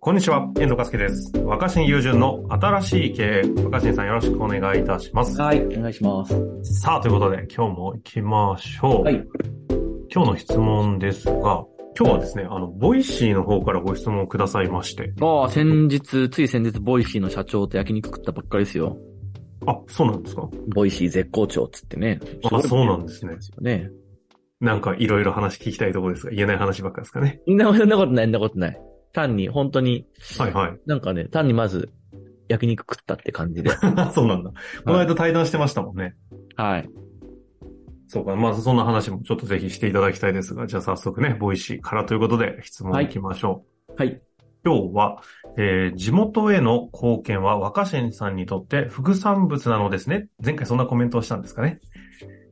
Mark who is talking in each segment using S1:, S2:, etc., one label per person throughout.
S1: こんにちは、遠藤和樹です。若新友人の新しい経営、若新さんよろしくお願いいたします。
S2: はい、お願いします。
S1: さあ、ということで今日も行きましょう。
S2: はい
S1: 今日の質問ですが、今日はですね、あの、ボイシーの方からご質問をくださいまして。
S2: ああ、先日、つい先日、ボイシーの社長と焼肉食ったばっかりですよ。
S1: あ、そうなんですか
S2: ボイシー絶好調っつってね。
S1: あ、そうなんですね
S2: で。すよね。
S1: なんかいろいろ話聞きたいところですが、言えない話ばっかですかね。
S2: みんな、そんなことない、そんなことない。単に、本当に、
S1: はいはい。
S2: なんかね、単にまず、焼肉食ったって感じで。
S1: そうなんだ。この間対談してましたもんね。
S2: はい。
S1: そうか。まあ、そんな話もちょっとぜひしていただきたいですが、じゃあ早速ね、ボイシーからということで質問いきましょう。
S2: はい。
S1: 今日は、えー地元への貢献は若新さんにとって副産物なのですね。前回そんなコメントをしたんですかね。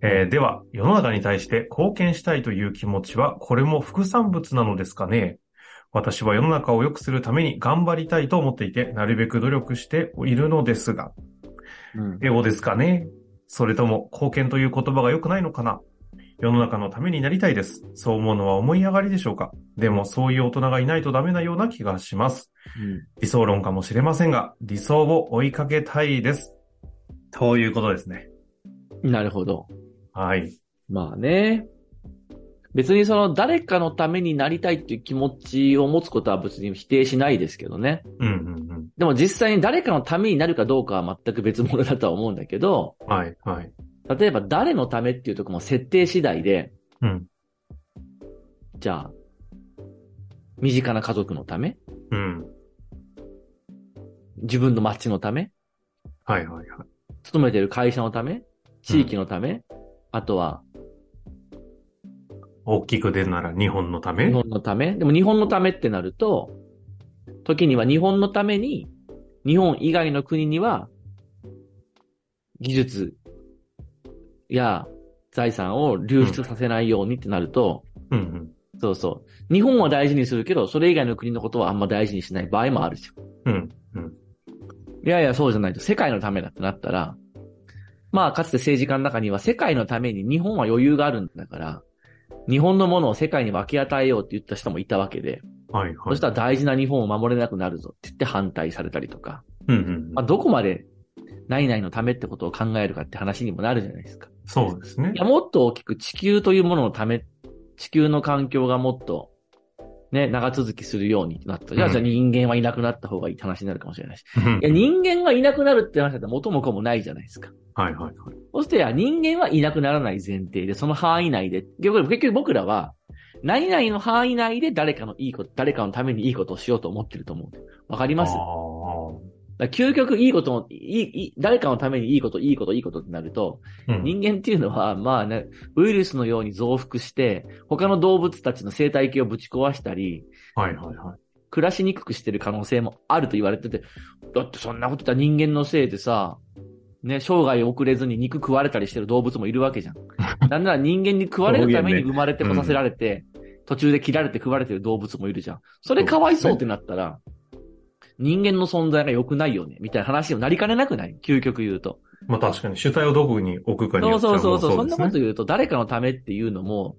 S1: えーでは、世の中に対して貢献したいという気持ちは、これも副産物なのですかね私は世の中を良くするために頑張りたいと思っていて、なるべく努力しているのですが、
S2: うん。
S1: エゴですかねそれとも、貢献という言葉が良くないのかな世の中のためになりたいです。そう思うのは思い上がりでしょうかでも、そういう大人がいないとダメなような気がします。理想論かもしれませんが、理想を追いかけたいです。ということですね。
S2: うんなるほど。
S1: はい。
S2: まあね。別にその、誰かのためになりたいっていう気持ちを持つことは別に否定しないですけどね。
S1: うんうん
S2: でも実際に誰かのためになるかどうかは全く別物だとは思うんだけど、
S1: うん。はい、はい。
S2: 例えば誰のためっていうところも設定次第で、
S1: うん。
S2: じゃあ、身近な家族のため
S1: うん。
S2: 自分の町のため
S1: はい、はい、はい。
S2: 勤めてる会社のため地域のため、あとは
S1: 大きく出るなら日本のため
S2: 日本のためでも日本のためってなると、時には日本のために、日本以外の国には、技術や財産を流出させないようにってなると、
S1: うんうん。
S2: そうそう。日本は大事にするけど、それ以外の国のことはあんま大事にしない場合もあるじゃん。
S1: うん。
S2: いやいや、そうじゃないと、世界のためだってなったら、まあ、かつて政治家の中には、世界のために日本は余裕があるんだから、日本のものを世界に分け与えようって言った人もいたわけで、
S1: はい、はい。
S2: そしたら大事な日本を守れなくなるぞって言って反対されたりとか、
S1: うんうんう
S2: まあ、
S1: ん。
S2: どこまで、何々のためってことを考えるかって話にもなるじゃないですか。
S1: そうですね
S2: い。や、もっと大きく地球というもののため、地球の環境がもっと、ね、長続きするようになった。いや、
S1: うん
S2: じゃあ人間はいなくなった方がいいって話になるかもしれないし。
S1: うん
S2: いや、人間はいなくなるって話だったら元も子もないじゃないですか。
S1: はい、はい、はい。
S2: そして、いや人間はいなくならない前提で、その範囲内で、結局結局僕らは、何々の範囲内で誰かのいいこと、誰かのためにいいことをしようと思ってると思う。わかります
S1: あー
S2: だから究極いいことも、いい、いい誰かのためにいいこと、いいこと、いいことってなると、
S1: うん
S2: 人間っていうのは、まあね、ウイルスのように増幅して、他の動物たちの生態系をぶち壊したり、
S1: はい、はい、はい。
S2: 暮らしにくくしてる可能性もあると言われてて、だってそんなこと言ったら人間のせいでさ、ね、生涯遅れずに肉食われたりしてる動物もいるわけじゃん。なんなら人間に食われるために生まれてこさせられて、途中で切られて食われてる動物もいるじゃん。それかわいそうってなったら、人間の存在が良くないよね、みたいな話にもなりかねなくない究極言うと。
S1: まあ確かに主体をどこに置くかによっ
S2: そう
S1: ては
S2: そうそうそ
S1: も
S2: う、そ
S1: うんです
S2: なこ
S1: ね
S2: と言うと、誰かのためっていうのも、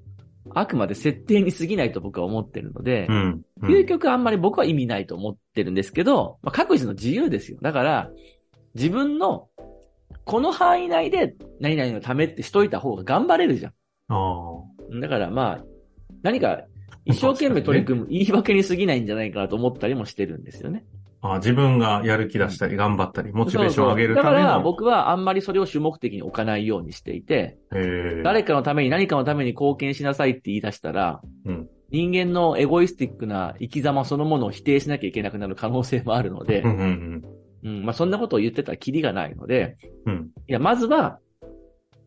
S2: あくまで設定に過ぎないと僕は思ってるので、
S1: うん。うん
S2: 究極あんまり僕は意味ないと思ってるんですけど、まあ、各自の自由ですよ。だから、自分の、この範囲内で何々のためってしといた方が頑張れるじゃ
S1: あー
S2: ん。だからまあ、何か一生懸命取り組む言い訳に過ぎないんじゃないかなと思ったりもしてるんですよね。
S1: あー。自分がやる気出したり、頑張ったり、モチベーションを上げる
S2: そう
S1: た
S2: そう
S1: め
S2: だから
S1: の。
S2: 僕はあんまりそれを主目的に置かないようにしていて、
S1: えー
S2: 誰かのために何かのために貢献しなさいって言い出したら、
S1: うん
S2: 人間のエゴイスティックな生き様そのものを否定しなきゃいけなくなる可能性もあるので、
S1: うんうん
S2: うんまあ、そんなことを言ってたらキリがないので、
S1: うん。うん。
S2: いや、まずは、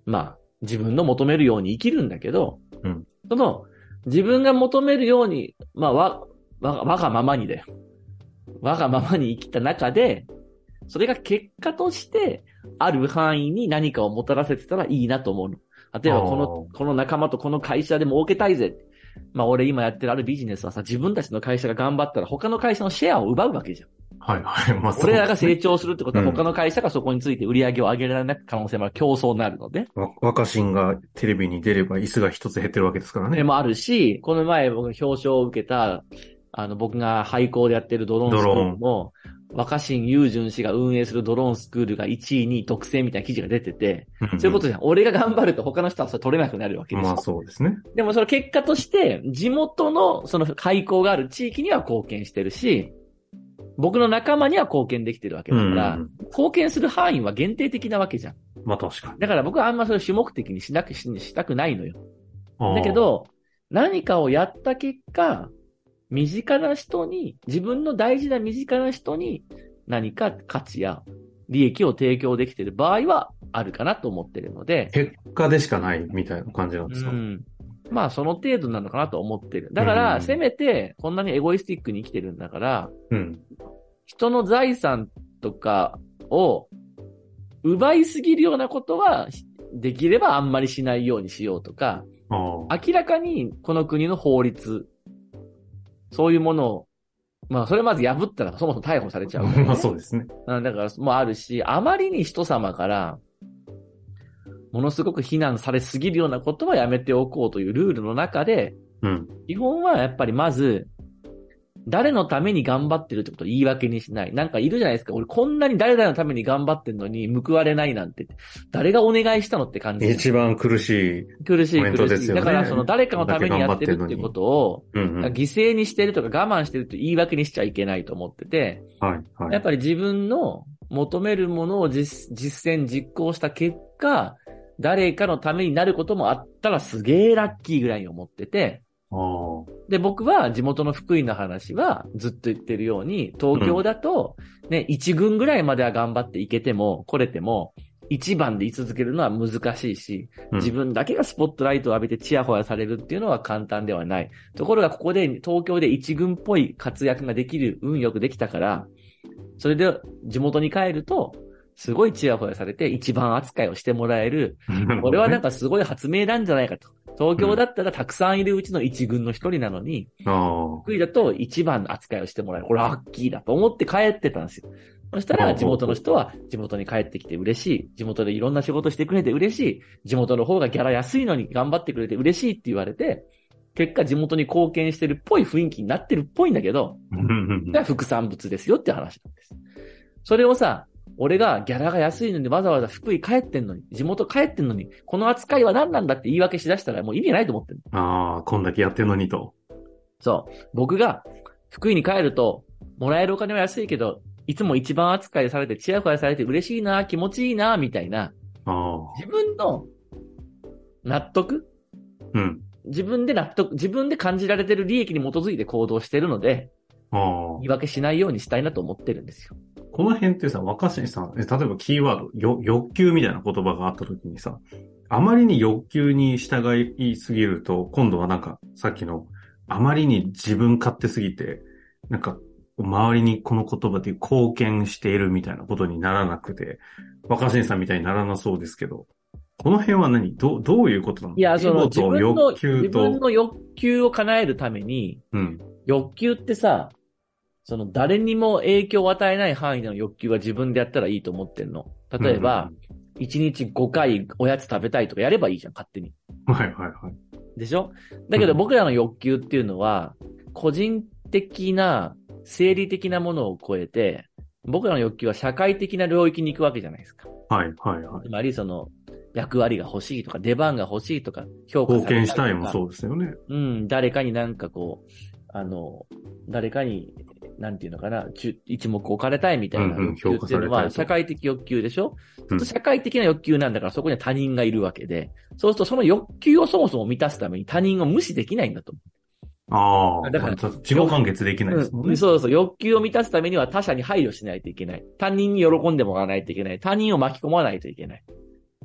S2: まあ、自分の求めるように生きるんだけど、
S1: うん
S2: その、自分が求めるように、まあ、わ、わ、わがままにだよ。わがままに生きた中で、それが結果として、ある範囲に何かをもたらせてたらいいなと思うの。例えば、この、この仲間とこの会社で儲けたいぜ。まあ、俺今やってるあるビジネスはさ、自分たちの会社が頑張ったら他の会社のシェアを奪うわけじゃん。
S1: はい、はい。まあそう
S2: 俺らが
S1: ですね
S2: 成長するってことは
S1: うん
S2: 他の会社がそこについて売り上げを上げられない可能性もある競争になるので。
S1: わ若新がテレビに出れば椅子が一つ減ってるわけですからね。
S2: でもあるし、この前僕が表彰を受けた、あの、僕が廃校でやってるドローンスクールも、若新雄純氏が運営するドローンスクールが1位に独占みたいな記事が出てて、そういうことじゃん。俺が頑張ると他の人はそれ取れなくなるわけです
S1: まあそうですね。
S2: でもその結果として、地元のその廃校がある地域には貢献してるし、僕の仲間には貢献できてるわけだから、
S1: うん
S2: 貢献する範囲は限定的なわけじゃん。
S1: まあ確かに。
S2: だから僕はあんまそれを主目的にしなくししたくないのよ。
S1: あー
S2: だけ、ど、何かをやった結果、身近な人に、自分の大事な身近な人に何か価値や利益を提供できている場合はあるかなと思ってるので、
S1: 結果でしかないみたいな感じなん
S2: う
S1: ですか。
S2: ん、まあその程度なのかなと思ってる。だか
S1: う
S2: ら、
S1: ん
S2: せめてこんなにエゴイスティックに生きてるんだから、
S1: うん。
S2: 人の財産とかを奪いすぎるようなことは、できればあんまりしないようにしようとか、
S1: ああ。
S2: 明らかにこの国の法律、そういうものを、まあ、それまず破ったらそもそも逮捕されちゃうからね、
S1: まあそうですね。
S2: うんだから、もうあるし、あまりに人様から、ものすごく非難されすぎるようなことはやめておこうというルールの中で、
S1: うん。
S2: 基本はやっぱりまず、誰のために頑張ってるってことを言い訳にしない。なんかいるじゃないですか。俺こんなに誰々のために頑張ってんのに報われないなんて。誰がお願いしたのって感じ。
S1: 一番苦しい。
S2: 苦しい
S1: コメント
S2: 苦
S1: で
S2: しい。
S1: すよね
S2: だからその誰かのためにやってるっていうことを、
S1: うん、うん。
S2: 犠牲にしてるとか我慢してると言い訳にしちゃいけないと思ってて、
S1: はい、は
S2: やっ
S1: い。
S2: ぱり自分の求めるものを実実践実行した結果、誰かのためになることもあったらすげえラッキーぐらいに思ってて、
S1: ああ。
S2: で、僕は地元の福井の話はずっと言ってるように、東京だと、ね、1軍ぐらいまでは頑張っていけても、来れても、1番で居続けるのは難しいし、
S1: うん
S2: 自分だけがスポットライトを浴びてチヤホヤされるっていうのは簡単ではない。ところがここで東京で一軍っぽい活躍ができる、運よくできたから、それで地元に帰ると、すごいチヤホヤされて一番扱いをしてもらえる。これ はなん
S1: か、
S2: かすごい発明なんじゃないかと。東京だったらたくさんいるうちの一軍の一人なのに、
S1: ああ。
S2: 福井だと一番の扱いをしてもらえる。これラッキーだと思って帰ってたんですよ。そしたら地元の人は地元に帰ってきて嬉しい。地元でいろんな仕事してくれて嬉しい。地元の方がギャラ安いのに頑張ってくれて嬉しいって言われて、結果地元に貢献してるっぽい雰囲気になってるっぽいんだけど、
S1: うんうん
S2: それは副産物ですよっていう話なんです。それをさ、俺がギャラが安いのにわざわざ福井帰ってんのに、地元帰ってんのに、この扱いは何なんだって言い訳しだしたらもう意味ないと思ってる。
S1: ああ、こんだけやってんのにと。
S2: そう。僕が福井に帰ると、もらえるお金は安いけど、いつも一番扱いされて、チヤホヤされて嬉しいな、気持ちいいな、みたいな、
S1: ああ。
S2: 自分の納得
S1: うん。
S2: 自分で納得、自分で感じられてる利益に基づいて行動してるので、
S1: ああ
S2: 言。い訳しないようにしたいなと思ってるんですよ。
S1: この辺ってさ、若新さん、え例えばキーワード、よ欲求みたいな言葉があった時にさ、あまりに欲求に従いすぎると、今度はなんか、さっきの、あまりに自分勝手すぎて、なんか、周りにこの言葉で貢献しているみたいなことにならなくて、若新さんみたいにならなそうですけど、この辺は何どう、どういうことなの
S2: いや、その
S1: エゴ
S2: 自
S1: と
S2: 分の、
S1: 欲
S2: 自
S1: 求
S2: 分
S1: と、
S2: の欲求を叶えるために、
S1: うん。
S2: 欲求ってさ、その誰にも影響を与えない範囲での欲求は自分でやったらいいと思ってんの。例えば、1日5回おやつ食べたいとかやればいいじゃん、勝手に。
S1: うん、はいはいはい。
S2: でしょだけど
S1: うん
S2: 僕らの欲求っていうのは、個人的な、生理的なものを超えて、僕らの欲求は社会的な領域に行くわけじゃないですか。
S1: はいはいはい
S2: つ。まり、その、役割が欲しいとか、出番が欲しいとか、評価
S1: 貢献したい
S2: と
S1: も
S2: か
S1: そうですよね。
S2: うん、誰かになんかこう、あの、誰かに、なんていうのかな、ちゅ一目置かれたいみたいな
S1: うんうん
S2: 欲求っていうの
S1: 評価されたい
S2: は、
S1: と
S2: 社会的欲求でしょ、
S1: うん
S2: 社会的な欲求なんだから、そこには他人がいるわけで、そうするとその欲求をそもそも満たすために他人を無視できないんだと。
S1: ああ、
S2: だから
S1: ちょっと自己完結できないですもん
S2: う
S1: ね。
S2: んそうそう、欲求を満たすためには他者に配慮しないといけない。他人に喜んでもらわないといけない。他人を巻き込まないといけない。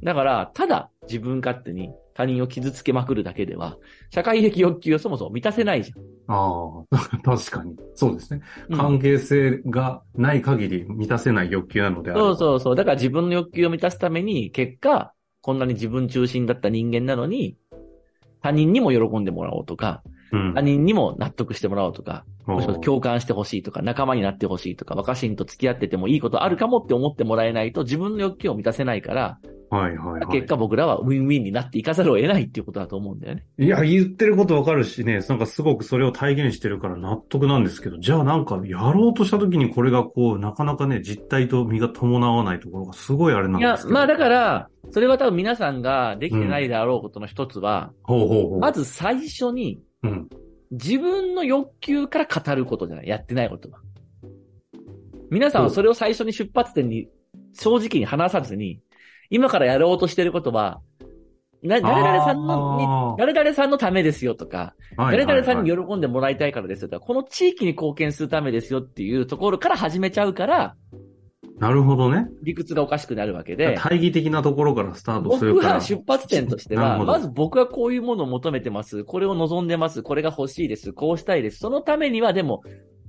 S2: だから、ただ自分勝手に他人を傷つけまくるだけでは、社会的欲求をそもそも満たせないじゃん。
S1: ああ、 確かに。そうですね。
S2: うん
S1: 関係性がない限り満たせない欲求なのであれば
S2: そうそうそう。だから自分の欲求を満たすために、結果、こんなに自分中心だった人間なのに、他人にも喜んでもらおうとか、
S1: うん
S2: 他人にも納得してもらおうとか、
S1: お
S2: もしくは
S1: ー
S2: 共感してほしいとか、仲間になってほしいとか、若新と付き合っててもいいことあるかもって思ってもらえないと自分の欲求を満たせないから、
S1: はいはい、はい。
S2: 結果僕らはウィンウィンになっていかざるを得ないっていうことだと思うんだよね。
S1: いや、言ってることわかるしね、なんかすごくそれを体現してるから納得なんですけど、じゃあなんかやろうとした時にこれがこう、なかなかね、実態と身が伴わないところがすごいあれなん
S2: い
S1: で
S2: や
S1: す、けど。
S2: まあだから、それは多分皆さんができてないであろうことの一つは、
S1: ほうほうほう。
S2: まず最初に
S1: うん。
S2: 自分の欲求から語ることじゃない。やってないことは。皆さんはそれを最初に出発点に、正直に話さずに、今からやろうとしてることは、な、誰々さんの、
S1: あー
S2: に誰々さんのためですよとか、
S1: はい
S2: 誰
S1: はいはい
S2: 々さんに喜んでもらいたいからですよとか、この地域に貢献するためですよっていうところから始めちゃうから、
S1: なるほどね。
S2: 理屈がおかしくなるわけで、
S1: 大義的なところからスタートす
S2: 僕
S1: るから。
S2: は出発点として
S1: なる
S2: は、
S1: ほど
S2: まず僕はこういうものを求めてます。これを望んでます。これが欲しいです。こうしたいです。そのためにはでも、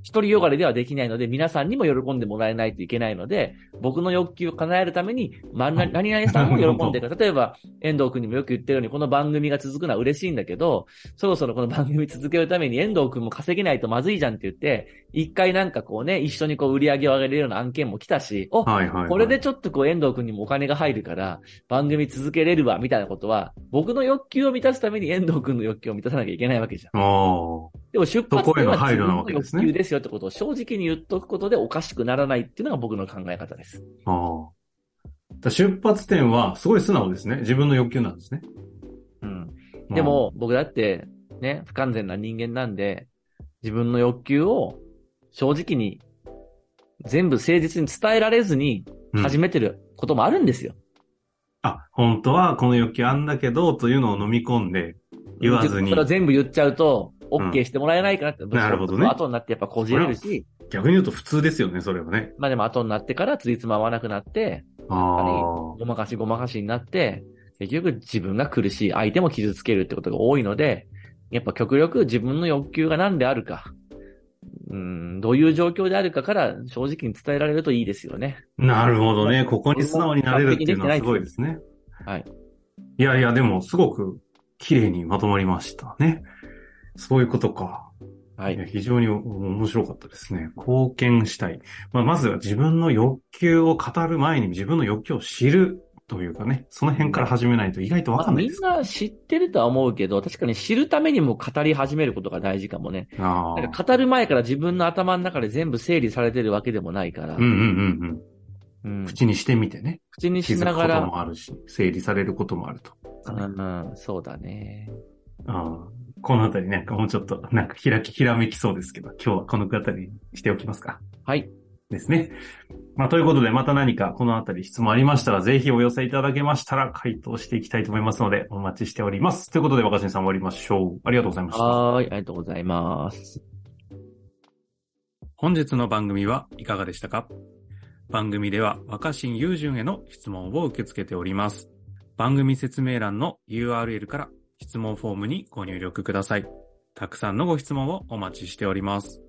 S2: 一人よがりではできないので、皆さんにも喜んでもらえないといけないので、僕の欲求を叶えるために、まんな何々さんも喜んでくれる。例えば、遠藤くんにもよく言ってるように、この番組が続くのは嬉しいんだけど、そろそろこの番組続けるために遠藤くんも稼げないとまずいじゃんって言って、一回なんかこうね、一緒にこう売り上げを上げれるような案件も来たし、お、
S1: はいはいはい。
S2: これでちょっとこう遠藤くんにもお金が入るから、番組続けれるわ、みたいなことは、僕の欲求を満たすために遠藤くんの欲求を満たさなきゃいけないわけじゃ
S1: あ
S2: ん。
S1: あ。
S2: でも出発点は
S1: そこへの配
S2: 自
S1: 慮
S2: 分
S1: なわ
S2: の
S1: けです
S2: 欲
S1: ね
S2: 求ですよってことを正直に言っとくことでおかしくならないっていうのが僕の考え方です。
S1: ああ。だ出発点はすごい素直ですね。自分の欲求なんですね。
S2: うん。でも、僕だって、ね、不完全な人間なんで、自分の欲求を正直に、全部誠実に伝えられずに
S1: うん、
S2: 始めてることもあるんですよ。
S1: あ、本当はこの欲求あんだけど、というのを飲み込んで、言わずに
S2: それを全部言っちゃうと、
S1: ん
S2: OK してもらえないかなって。
S1: なるほどね
S2: 後になってやっぱこじれるし、
S1: 逆に言うと普通ですよね、それはね。
S2: まあでも後になってからついつま合わなくなって、
S1: ああ。
S2: ごまかしごまかしになって、結局自分が苦しい、相手も傷つけるってことが多いので、やっぱ極力自分の欲求が何であるか、うん、どういう状況であるかから正直に伝えられるといいですよね。
S1: なるほどね。ここに素直になれるっていうのはすごいですね。
S2: はい。
S1: いやいや、でもすごく綺麗にまとまりましたね。そういうことか。
S2: はい
S1: や
S2: い。
S1: 非常にお面白かったですね。貢献したい。まあ、まずは自分の欲求を語る前に自分の欲求を知るというかね、その辺から始めないと意外とわ
S2: ま
S1: か
S2: あ、
S1: んない
S2: み
S1: で
S2: ん
S1: す。
S2: な知ってるとは思うけど、確かに知るためにも語り始めることが大事かもね。
S1: あ
S2: なん
S1: あ。
S2: か語る前から自分の頭の中で全部整理されてるわけでもないから、
S1: うんうんうんうん。
S2: うん
S1: 口にしてみてね。
S2: 口に
S1: 気
S2: し
S1: づ
S2: な
S1: くこ
S2: が
S1: と
S2: ら、
S1: もあるし、整理されることもあると。
S2: うん、うんそうだね。
S1: あーこのあたりなんかもうちょっと、なんか開き、ひらめきそうですけど、今日はこのくあたりにしておきますか。
S2: はい。
S1: ですね。まあ、ということで、また何かこのあたり質問ありましたら、ぜひお寄せいただけましたら、回答していきたいと思いますので、お待ちしております。ということで、若新さん終わりましょう。ありがとうございました。
S2: はーい、ありがとうございます。
S1: 本日の番組はいかがでしたか番組では若新雄純への質問を受け付けております。番組説明欄の URL から質問フォームにご入力ください。たくさんのご質問をお待ちしております。